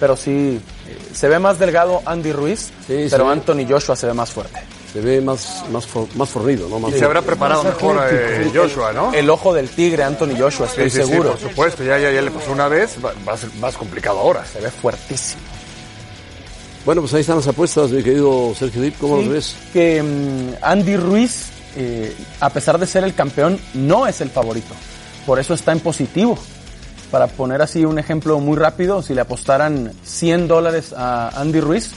S4: Pero sí, eh, se ve más delgado Andy Ruiz, pero
S5: se ve.
S4: Anthony Joshua se ve más fuerte.
S5: Se ve más, más, for- más fornido, ¿no? Más
S4: Sí. Más atlético. El ojo del tigre, Anthony Joshua, estoy
S7: eh, Sí, sí, sí,
S4: seguro.
S7: por supuesto, ya, ya, ya le pasó una vez, va, va a ser más complicado ahora. Se
S4: ve fuertísimo.
S5: Bueno, pues ahí están las apuestas, mi querido Sergio Dip. ¿Cómo
S4: Sí,
S5: lo ves?
S4: Que mm, Andy Ruiz, eh, a pesar de ser el campeón, no es el favorito. Por eso está en positivo. Para poner así un ejemplo muy rápido, si le apostaran 100 dólares a Andy Ruiz,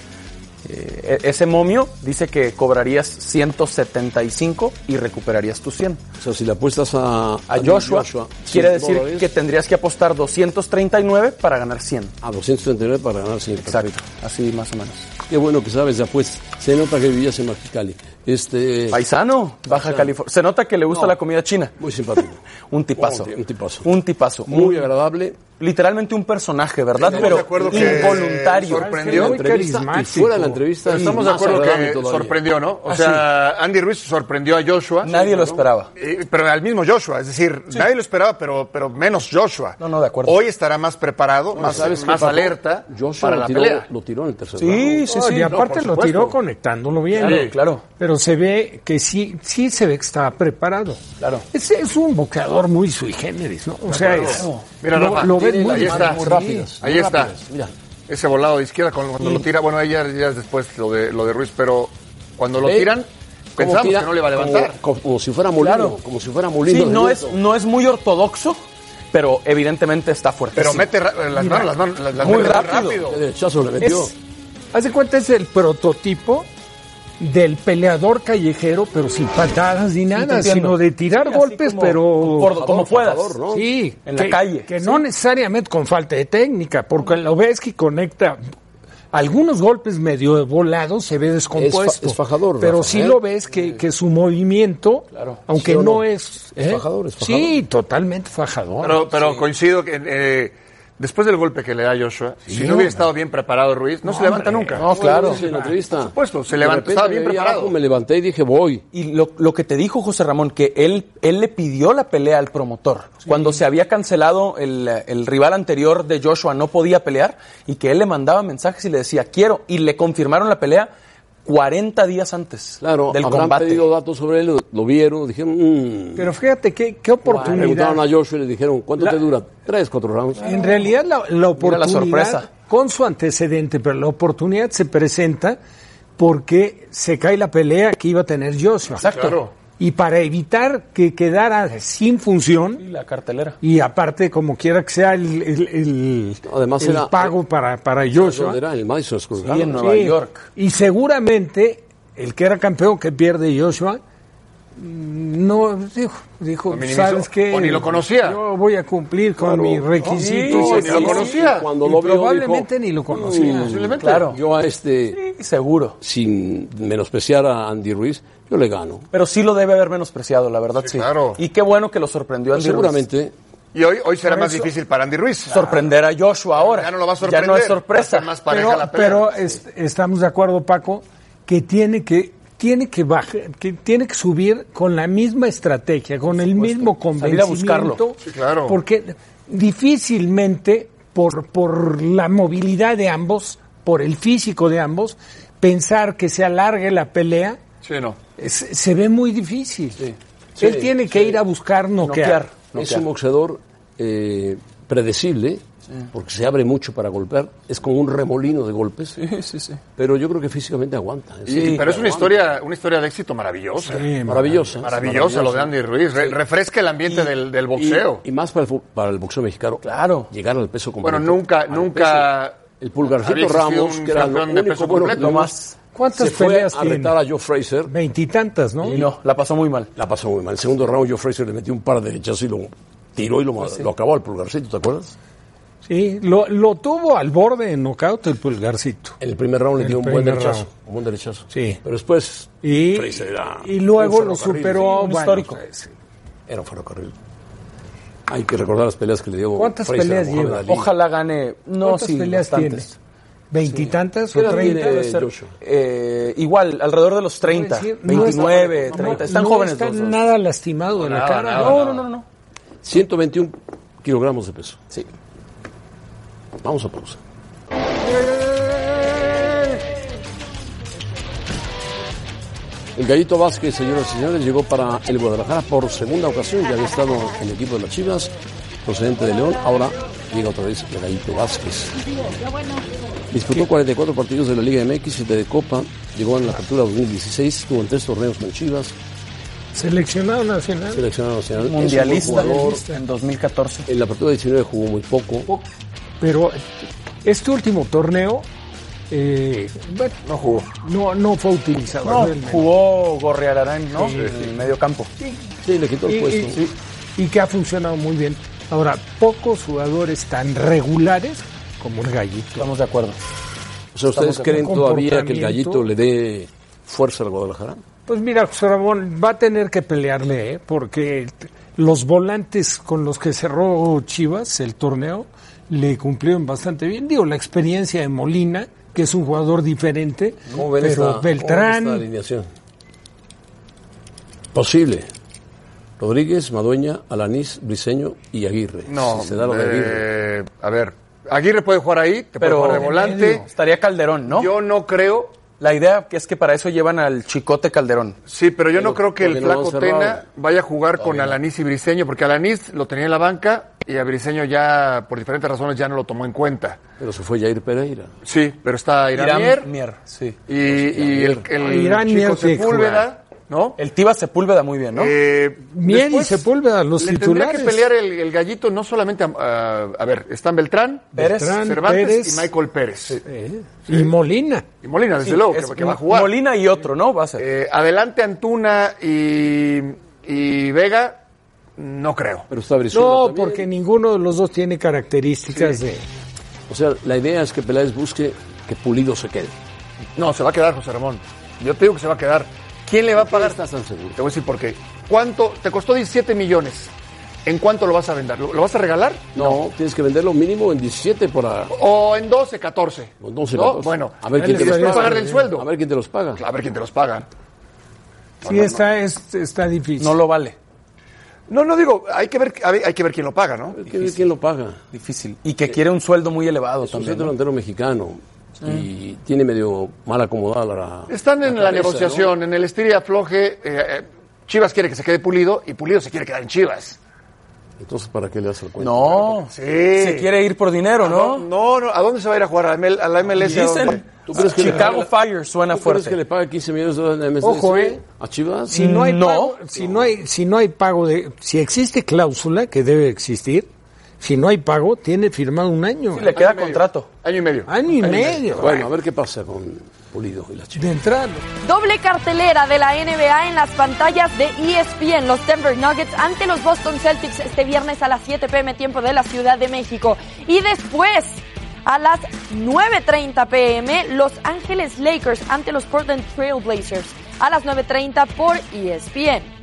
S4: eh, e- ese momio dice que cobrarías 175 y recuperarías tus 100.
S5: O sea, si le apuestas a,
S4: A Joshua, quiere
S5: 100
S4: decir
S5: dólares,
S4: que tendrías que apostar 239 para ganar 100.
S5: A 239 para ganar 100.
S4: Exacto, así más o menos.
S5: Qué bueno que sabes de apuestas. Se nota que vivías en Mexicali. Este...
S4: Paisano, Baja
S5: Paisano.
S4: California. Se nota que le gusta
S5: No.
S4: la comida china.
S5: Muy simpático.
S4: un tipazo.
S5: Un tipazo.
S4: Un tipazo.
S5: Muy agradable.
S4: Literalmente un personaje, ¿verdad?
S5: Estamos
S4: Pero
S5: de acuerdo que
S4: involuntario.
S7: sorprendió.
S5: La entrevista y fuera de la entrevista.
S7: Pero estamos
S5: y
S7: de
S5: más
S7: acuerdo
S5: agradable
S7: que
S5: todavía.
S7: sorprendió, ¿no? O
S5: Ah,
S7: sea, Andy Ruiz sorprendió a Joshua.
S4: Nadie lo esperaba.
S7: Eh, pero al mismo Joshua, es decir, nadie lo esperaba, pero, pero menos Joshua. No, no, de acuerdo. Hoy estará más preparado,
S5: Bueno,
S7: más,
S5: ¿sabes qué,
S7: más
S5: Paco?
S7: alerta
S5: Joshua
S7: para
S5: lo
S7: la
S5: tiró,
S7: pelea.
S5: Lo tiró en el tercer
S6: Sí, sí, sí. Y aparte lo tiró conectándolo bien.
S5: Claro, claro.
S6: Pero se ve que sí, sí se ve que está preparado. Claro. Es, es un boxeador muy sui generis, ¿no? O sea, es-
S7: Mira,
S6: lo,
S7: Rafa,
S6: lo
S7: y Ahí
S6: muy
S7: está.
S6: muy rápidos,
S7: Ahí
S6: muy
S7: está.
S6: rápidos.
S5: Mira.
S7: Ese volado de izquierda cuando, cuando lo tira, bueno, ahí ya, ya es después lo de, lo de Ruiz, pero cuando lo
S5: Ve
S7: tiran,
S5: cómo
S7: pensamos
S5: tira,
S7: que no le va a
S5: como-
S7: levantar.
S5: Como, si fuera molino, como si fuera molino.
S4: Sí,
S5: de
S4: no
S5: viento.
S4: es, no es muy ortodoxo, pero evidentemente está fuerte.
S7: Pero mete ra- las manos, las manos, las- las
S4: Muy
S7: mete
S4: rápido.
S5: El derechazo le metió.
S6: Es- haz de cuenta, es el prototipo del peleador callejero, pero sin patadas ni
S4: te
S6: nada,
S4: entiendo.
S6: sino de tirar
S4: Sí, así
S6: golpes,
S4: como-
S6: pero.
S4: por- como Por puedas. favor, ¿no?
S6: Sí,
S4: En la calle.
S6: Que no necesariamente con falta de técnica, porque Lobeski conecta. Algunos golpes medio volados se ve descompuesto.
S5: es fajador,
S6: Pero
S5: Rafa,
S6: sí
S5: ¿eh?
S6: lo ves que, que su movimiento, aunque
S5: ¿Sí o
S6: no,
S5: no?
S6: es. ¿eh?
S5: Es fajador, es
S6: Sí, totalmente
S5: Oh,
S6: fajador.
S7: Pero, pero coincido que eh, después del golpe que le da Joshua, si no hubiera estado bien preparado Ruiz, no, se levanta nunca.
S5: No, claro. En la
S7: Por
S5: entrevista.
S4: pues,
S7: supuesto, se
S5: De
S7: levanta,
S5: repente
S7: estaba bien
S5: veía
S7: preparado.
S5: algo, Me levanté y dije, voy.
S4: Y lo, lo que te dijo José Ramón, que él, él le pidió la pelea al promotor. Cuando se había cancelado el, el rival anterior de Joshua, no podía pelear, y que él le mandaba mensajes y le decía, quiero, y le confirmaron la pelea 40 días antes
S5: Claro,
S4: del
S5: habrán
S4: combate.
S5: pedido datos sobre él, lo, lo vieron, dijeron, mm.
S6: Pero fíjate qué, qué oportunidad.
S5: Preguntaron a Joshua y le dijeron, ¿cuánto te dura? Tres, cuatro rounds.
S6: En realidad la, la oportunidad,
S4: sorpresa.
S6: con su antecedente, pero la oportunidad se presenta porque se cae la pelea que iba a tener Joshua.
S4: Exacto. Claro.
S6: Y para evitar que quedara sin función,
S4: Y la cartelera.
S6: y aparte como quiera que sea el, el- el-
S5: Además
S6: el
S5: era-
S6: pago para, para Joshua,
S5: ¿Dónde era? En el Madison Square
S4: Y en
S5: Garden.
S4: Nueva
S6: Sí.
S4: York.
S6: Y seguramente el que era campeón que pierde Joshua mm, no dijo, dijo,
S7: minimizó,
S6: sabes que
S7: o ni lo conocía.
S6: Yo voy a cumplir con
S5: Claro.
S6: mis requisitos.
S7: Sí, ni lo
S6: Y
S7: conocía.
S5: Cuando
S6: y
S5: lo vio,
S6: probablemente
S5: dijo, "Mm,
S6: ni lo conocía.
S7: Posiblemente.
S4: Claro.
S5: Yo a este,
S4: Sí, seguro.
S5: sin menospreciar a Andy Ruiz, yo le gano.
S4: Pero sí lo debe haber menospreciado, la verdad, sí.
S7: claro.
S4: Y qué bueno que lo sorprendió Andy Ruiz.
S5: Pues Seguramente.
S7: Y hoy, hoy será más difícil para Andy Ruiz.
S4: Sorprender a Joshua ahora.
S7: Ya no lo va a
S4: Ya no
S7: sorprender.
S4: es sorpresa.
S7: Va a ser más pareja
S6: Pero,
S7: la pelea.
S6: pero es- estamos de acuerdo, Paco, que tiene que tiene que bajar, que tiene que subir con la misma estrategia, con el mismo
S4: Salir a
S6: convencimiento,
S4: buscarlo.
S7: Sí, claro.
S6: porque difícilmente por por la movilidad de ambos, por el físico de ambos, pensar que se alargue la pelea
S7: Sí, no.
S6: es- se ve muy difícil. Él
S5: Sí,
S6: tiene que ir a buscar noquear.
S4: Noquear.
S5: Es un boxeador eh, predecible, porque se abre mucho para golpear. Es como un remolino de golpes.
S4: Sí, sí, sí.
S5: Pero yo creo que físicamente aguanta. Es
S7: Y- pero es una historia, una historia de éxito maravillosa.
S5: maravillosa.
S7: Maravillosa lo de Andy Ruiz. Re- refresca el ambiente del, del boxeo.
S5: Y, y más para el, fu- para el boxeo mexicano.
S4: Claro.
S5: Llegar al peso completo.
S7: bueno, nunca,
S5: Al
S7: nunca.
S5: peso. El pulgarcito
S7: había existido
S5: Ramos,
S7: un
S5: que era lo
S7: campeón de
S5: único
S7: peso
S5: bueno que
S7: completo.
S5: tuvimos,
S4: Nomás.
S6: ¿Cuántas
S5: se fue
S6: peleas
S5: a
S6: tiene?
S5: retar a Joe Fraser.
S6: Veintitantas, ¿no?
S4: Y no, la pasó muy mal.
S5: La pasó muy mal. El segundo round, Joe Fraser le metió un par de derechazos y lo tiró y lo, lo acabó al pulgarcito, ¿te acuerdas?
S6: Sí, lo, lo tuvo al borde en knockout el pulgarcito.
S5: En el primer round le
S6: El
S5: dio un buen
S6: primer
S5: derechazo.
S6: round.
S5: Un buen derechazo.
S6: Sí.
S5: Pero después.
S6: Y,
S5: Fraser era
S6: y luego
S5: un
S6: lo
S5: ferrocarril.
S6: superó.
S4: un
S6: bueno,
S4: histórico.
S6: pues,
S5: Era un ferrocarril. Hay que recordar las peleas que le dio.
S6: ¿Cuántas
S5: Fraser a
S6: peleas
S5: Muhammad
S6: lleva?
S5: Ali.
S4: Ojalá gane. No,
S6: ¿Cuántas
S4: sí,
S6: peleas
S4: bastantes.
S6: tienes? ¿Veintitantas
S5: ¿Qué
S6: o
S5: edad
S6: treinta?
S5: tiene
S6: Debe ser.
S5: Joshua?
S4: Eh, igual, alrededor de los 30,
S6: Es decir, no
S4: 29,
S6: está-
S4: 30.
S6: no-
S4: Están
S6: no
S4: jóvenes
S6: está
S4: los dos.
S6: nada lastimado de la
S7: nada,
S6: cara.
S7: nada,
S6: No,
S7: nada.
S6: no, no, no.
S5: 121 kilogramos de peso.
S4: Sí.
S5: Vamos a pausa. El Gallito Vázquez, señoras y señores, llegó para el Guadalajara por segunda ocasión. Ya había estado en el equipo de las Chivas, procedente de León. Ahora llega otra vez el Gallito Vázquez. Disputó 44 partidos de la Liga MX y de Copa. Llegó en la apertura 2016. Estuvo en tres torneos con Chivas.
S6: Seleccionado nacional.
S5: Seleccionado nacional. Es un buen
S4: Mundialista
S5: jugador.
S4: en 2014.
S5: En la apertura 19 jugó muy poco.
S6: Pero este último torneo, eh, bueno,
S7: No jugó.
S6: no, no fue utilizado.
S4: No,
S6: realmente.
S4: jugó Gorriarán, ¿no? en el medio campo.
S5: Sí, le quitó
S6: y,
S5: el puesto.
S6: y- y que ha funcionado muy bien. Ahora, pocos jugadores tan regulares como el gallito.
S4: Estamos de acuerdo.
S5: O sea, ¿ustedes creen
S6: un
S5: todavía que el
S6: comportamiento.
S5: gallito le dé fuerza al Guadalajara?
S6: Pues mira, José Ramón va a tener que pelearle, ¿eh? porque t- los volantes con los que cerró Chivas el torneo le cumplieron bastante bien. Digo, la experiencia de Molina, que es un jugador diferente,
S5: ¿Cómo ven
S6: pero
S5: esta,
S6: Beltrán,
S5: cómo ven esta alineación? Posible. Rodríguez, Madueña, Alanís, Briseño y Aguirre.
S7: No.
S5: Si se da lo de Aguirre.
S7: eh, a ver. Aguirre puede jugar ahí, te puede
S4: Pero
S7: jugar de volante.
S4: estaría Calderón, ¿no?
S7: Yo no creo.
S4: La idea es que para eso llevan al Chicote Calderón.
S7: Sí, pero yo no creo que el
S5: todavía no lo
S7: flaco
S5: han cerrado.
S7: Tena vaya a jugar con Alanís y Briseño, porque Alanís lo tenía en la banca, y a Briseño ya, por diferentes razones, ya no lo tomó en cuenta.
S5: Pero se fue Jair Pereira.
S7: Sí, pero está Irán, Mier
S4: sí.
S7: y, y el, el
S6: Irán
S7: chico
S6: Mier, sí,
S7: Sepúlveda, ¿no?
S4: El Tiba Sepúlveda muy bien, ¿no?
S7: Eh,
S6: Miel
S7: después
S6: y Sepúlveda, los
S7: le tendría
S6: titulares.
S7: que pelear el, el gallito no solamente a, a- a ver, están Beltrán,
S4: Pérez,
S7: Cervantes
S6: Pérez.
S7: y Michael Pérez.
S6: Eh, Y Molina.
S7: Y Molina, desde
S4: Sí,
S7: luego, que,
S4: es
S7: que va a jugar.
S4: Molina y otro, ¿no? Va a ser.
S7: Eh, adelante Antuna y, y Vega, no creo.
S5: Pero está Brizuela
S6: No,
S5: también.
S6: porque ninguno de los dos tiene características de...
S5: O sea, la idea es que Peláez busque que Pulido se quede.
S7: No, se va a quedar José Ramón. Yo te digo que se va a quedar. ¿Quién le va a pagar?
S5: estás tan seguro?
S7: Te voy a decir por qué. ¿Cuánto? Te costó 17 millones. ¿En cuánto lo vas a vender? ¿Lo, lo vas a regalar?
S5: No, tienes que venderlo mínimo en 17 para...
S7: ¿O en 12, 14?
S5: o 12,
S7: ¿No?
S5: 14.
S7: Bueno,
S5: a ver quién te los
S7: después
S5: paga.
S7: pagar del sueldo.
S5: A ver quién te los paga.
S7: A ver quién te los paga.
S6: Sí, está, es- está difícil.
S4: No lo vale.
S7: No, no digo, hay que ver, hay, hay que ver quién lo paga, ¿no?
S5: A ver quién, quién lo paga.
S4: Difícil. Y que quiere un sueldo muy elevado
S5: Es un
S4: también.
S5: centro
S4: ¿no?
S5: delantero mexicano y tiene medio mal acomodada la...
S7: Están en la,
S5: cabeza,
S7: negociación, en el estira y afloje. eh, eh, Chivas quiere que se quede Pulido y Pulido se quiere quedar en Chivas.
S5: Entonces, ¿para qué le das el cuento?
S4: No.
S7: Sí.
S4: Se quiere ir por dinero, ¿no?
S7: Ah, No, no, ¿a dónde se va a ir a jugar? ¿A la ML a la MLS? ¿A dónde?
S4: Dicen.
S5: ¿Tú crees que le
S4: Chicago
S5: paga-
S4: Fire suena
S5: ¿Tú crees
S4: fuerte.
S5: que le paga 15 millones de dólares a MSDC?
S6: Ojo, ¿eh?
S5: ¿A Chivas?
S6: Si no hay
S4: No.
S6: pago, si no hay, si no hay pago de, si existe cláusula que debe existir, si no hay pago tiene firmado un año,
S4: Sí, le queda contrato.
S7: Año y medio.
S6: año y medio.
S5: Bueno, a ver qué pasa con Pulido y las Chivas.
S6: De entrada.
S9: Doble cartelera de la NBA en las pantallas de E ESPN. Los Denver Nuggets ante los Boston Celtics este viernes a las 7 pm tiempo de la Ciudad de México. Y después, a las 9.30 pm, Los Ángeles Lakers ante los Portland Trail Blazers. A las 9.30 por E ESPN.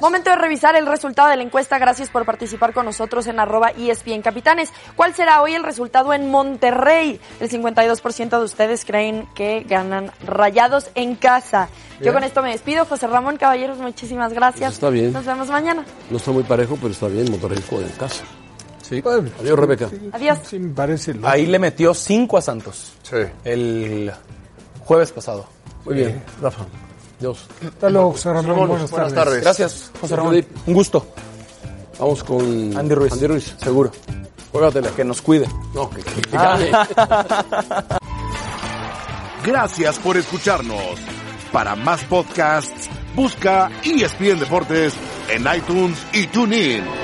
S9: Momento de revisar el resultado de la encuesta. Gracias por participar con nosotros en arroba E ESPN Capitanes. ¿Cuál será hoy el resultado en Monterrey? El 52% de ustedes creen que ganan rayados en casa. Yo con esto me despido. José Ramón Caballeros, muchísimas gracias.
S5: Pues está bien.
S9: Nos vemos mañana.
S5: No está muy parejo, pero está bien. Monterrey
S4: Pues,
S5: juega en casa.
S6: Bueno,
S5: Adiós, Rebeca.
S9: Adiós.
S6: sí me parece lo-
S4: Ahí le metió 5 a Santos.
S7: Sí.
S4: El jueves pasado. Eh,
S5: Muy bien, Rafa. Adiós.
S6: Hasta luego, José Ramón.
S7: Ramón,
S6: Buenas
S7: buenas
S6: tardes.
S7: tardes.
S4: Gracias, José Ramón.
S5: Felipe.
S4: Un gusto.
S5: Vamos con
S4: Andy Ruiz.
S5: Andy Ruiz.
S4: Seguro.
S5: Juégatela.
S4: Que nos cuide.
S5: No, que, que- que gane.
S1: Gracias por escucharnos. Para E más podcasts, busca ESPN Deportes en iTunes y TuneIn.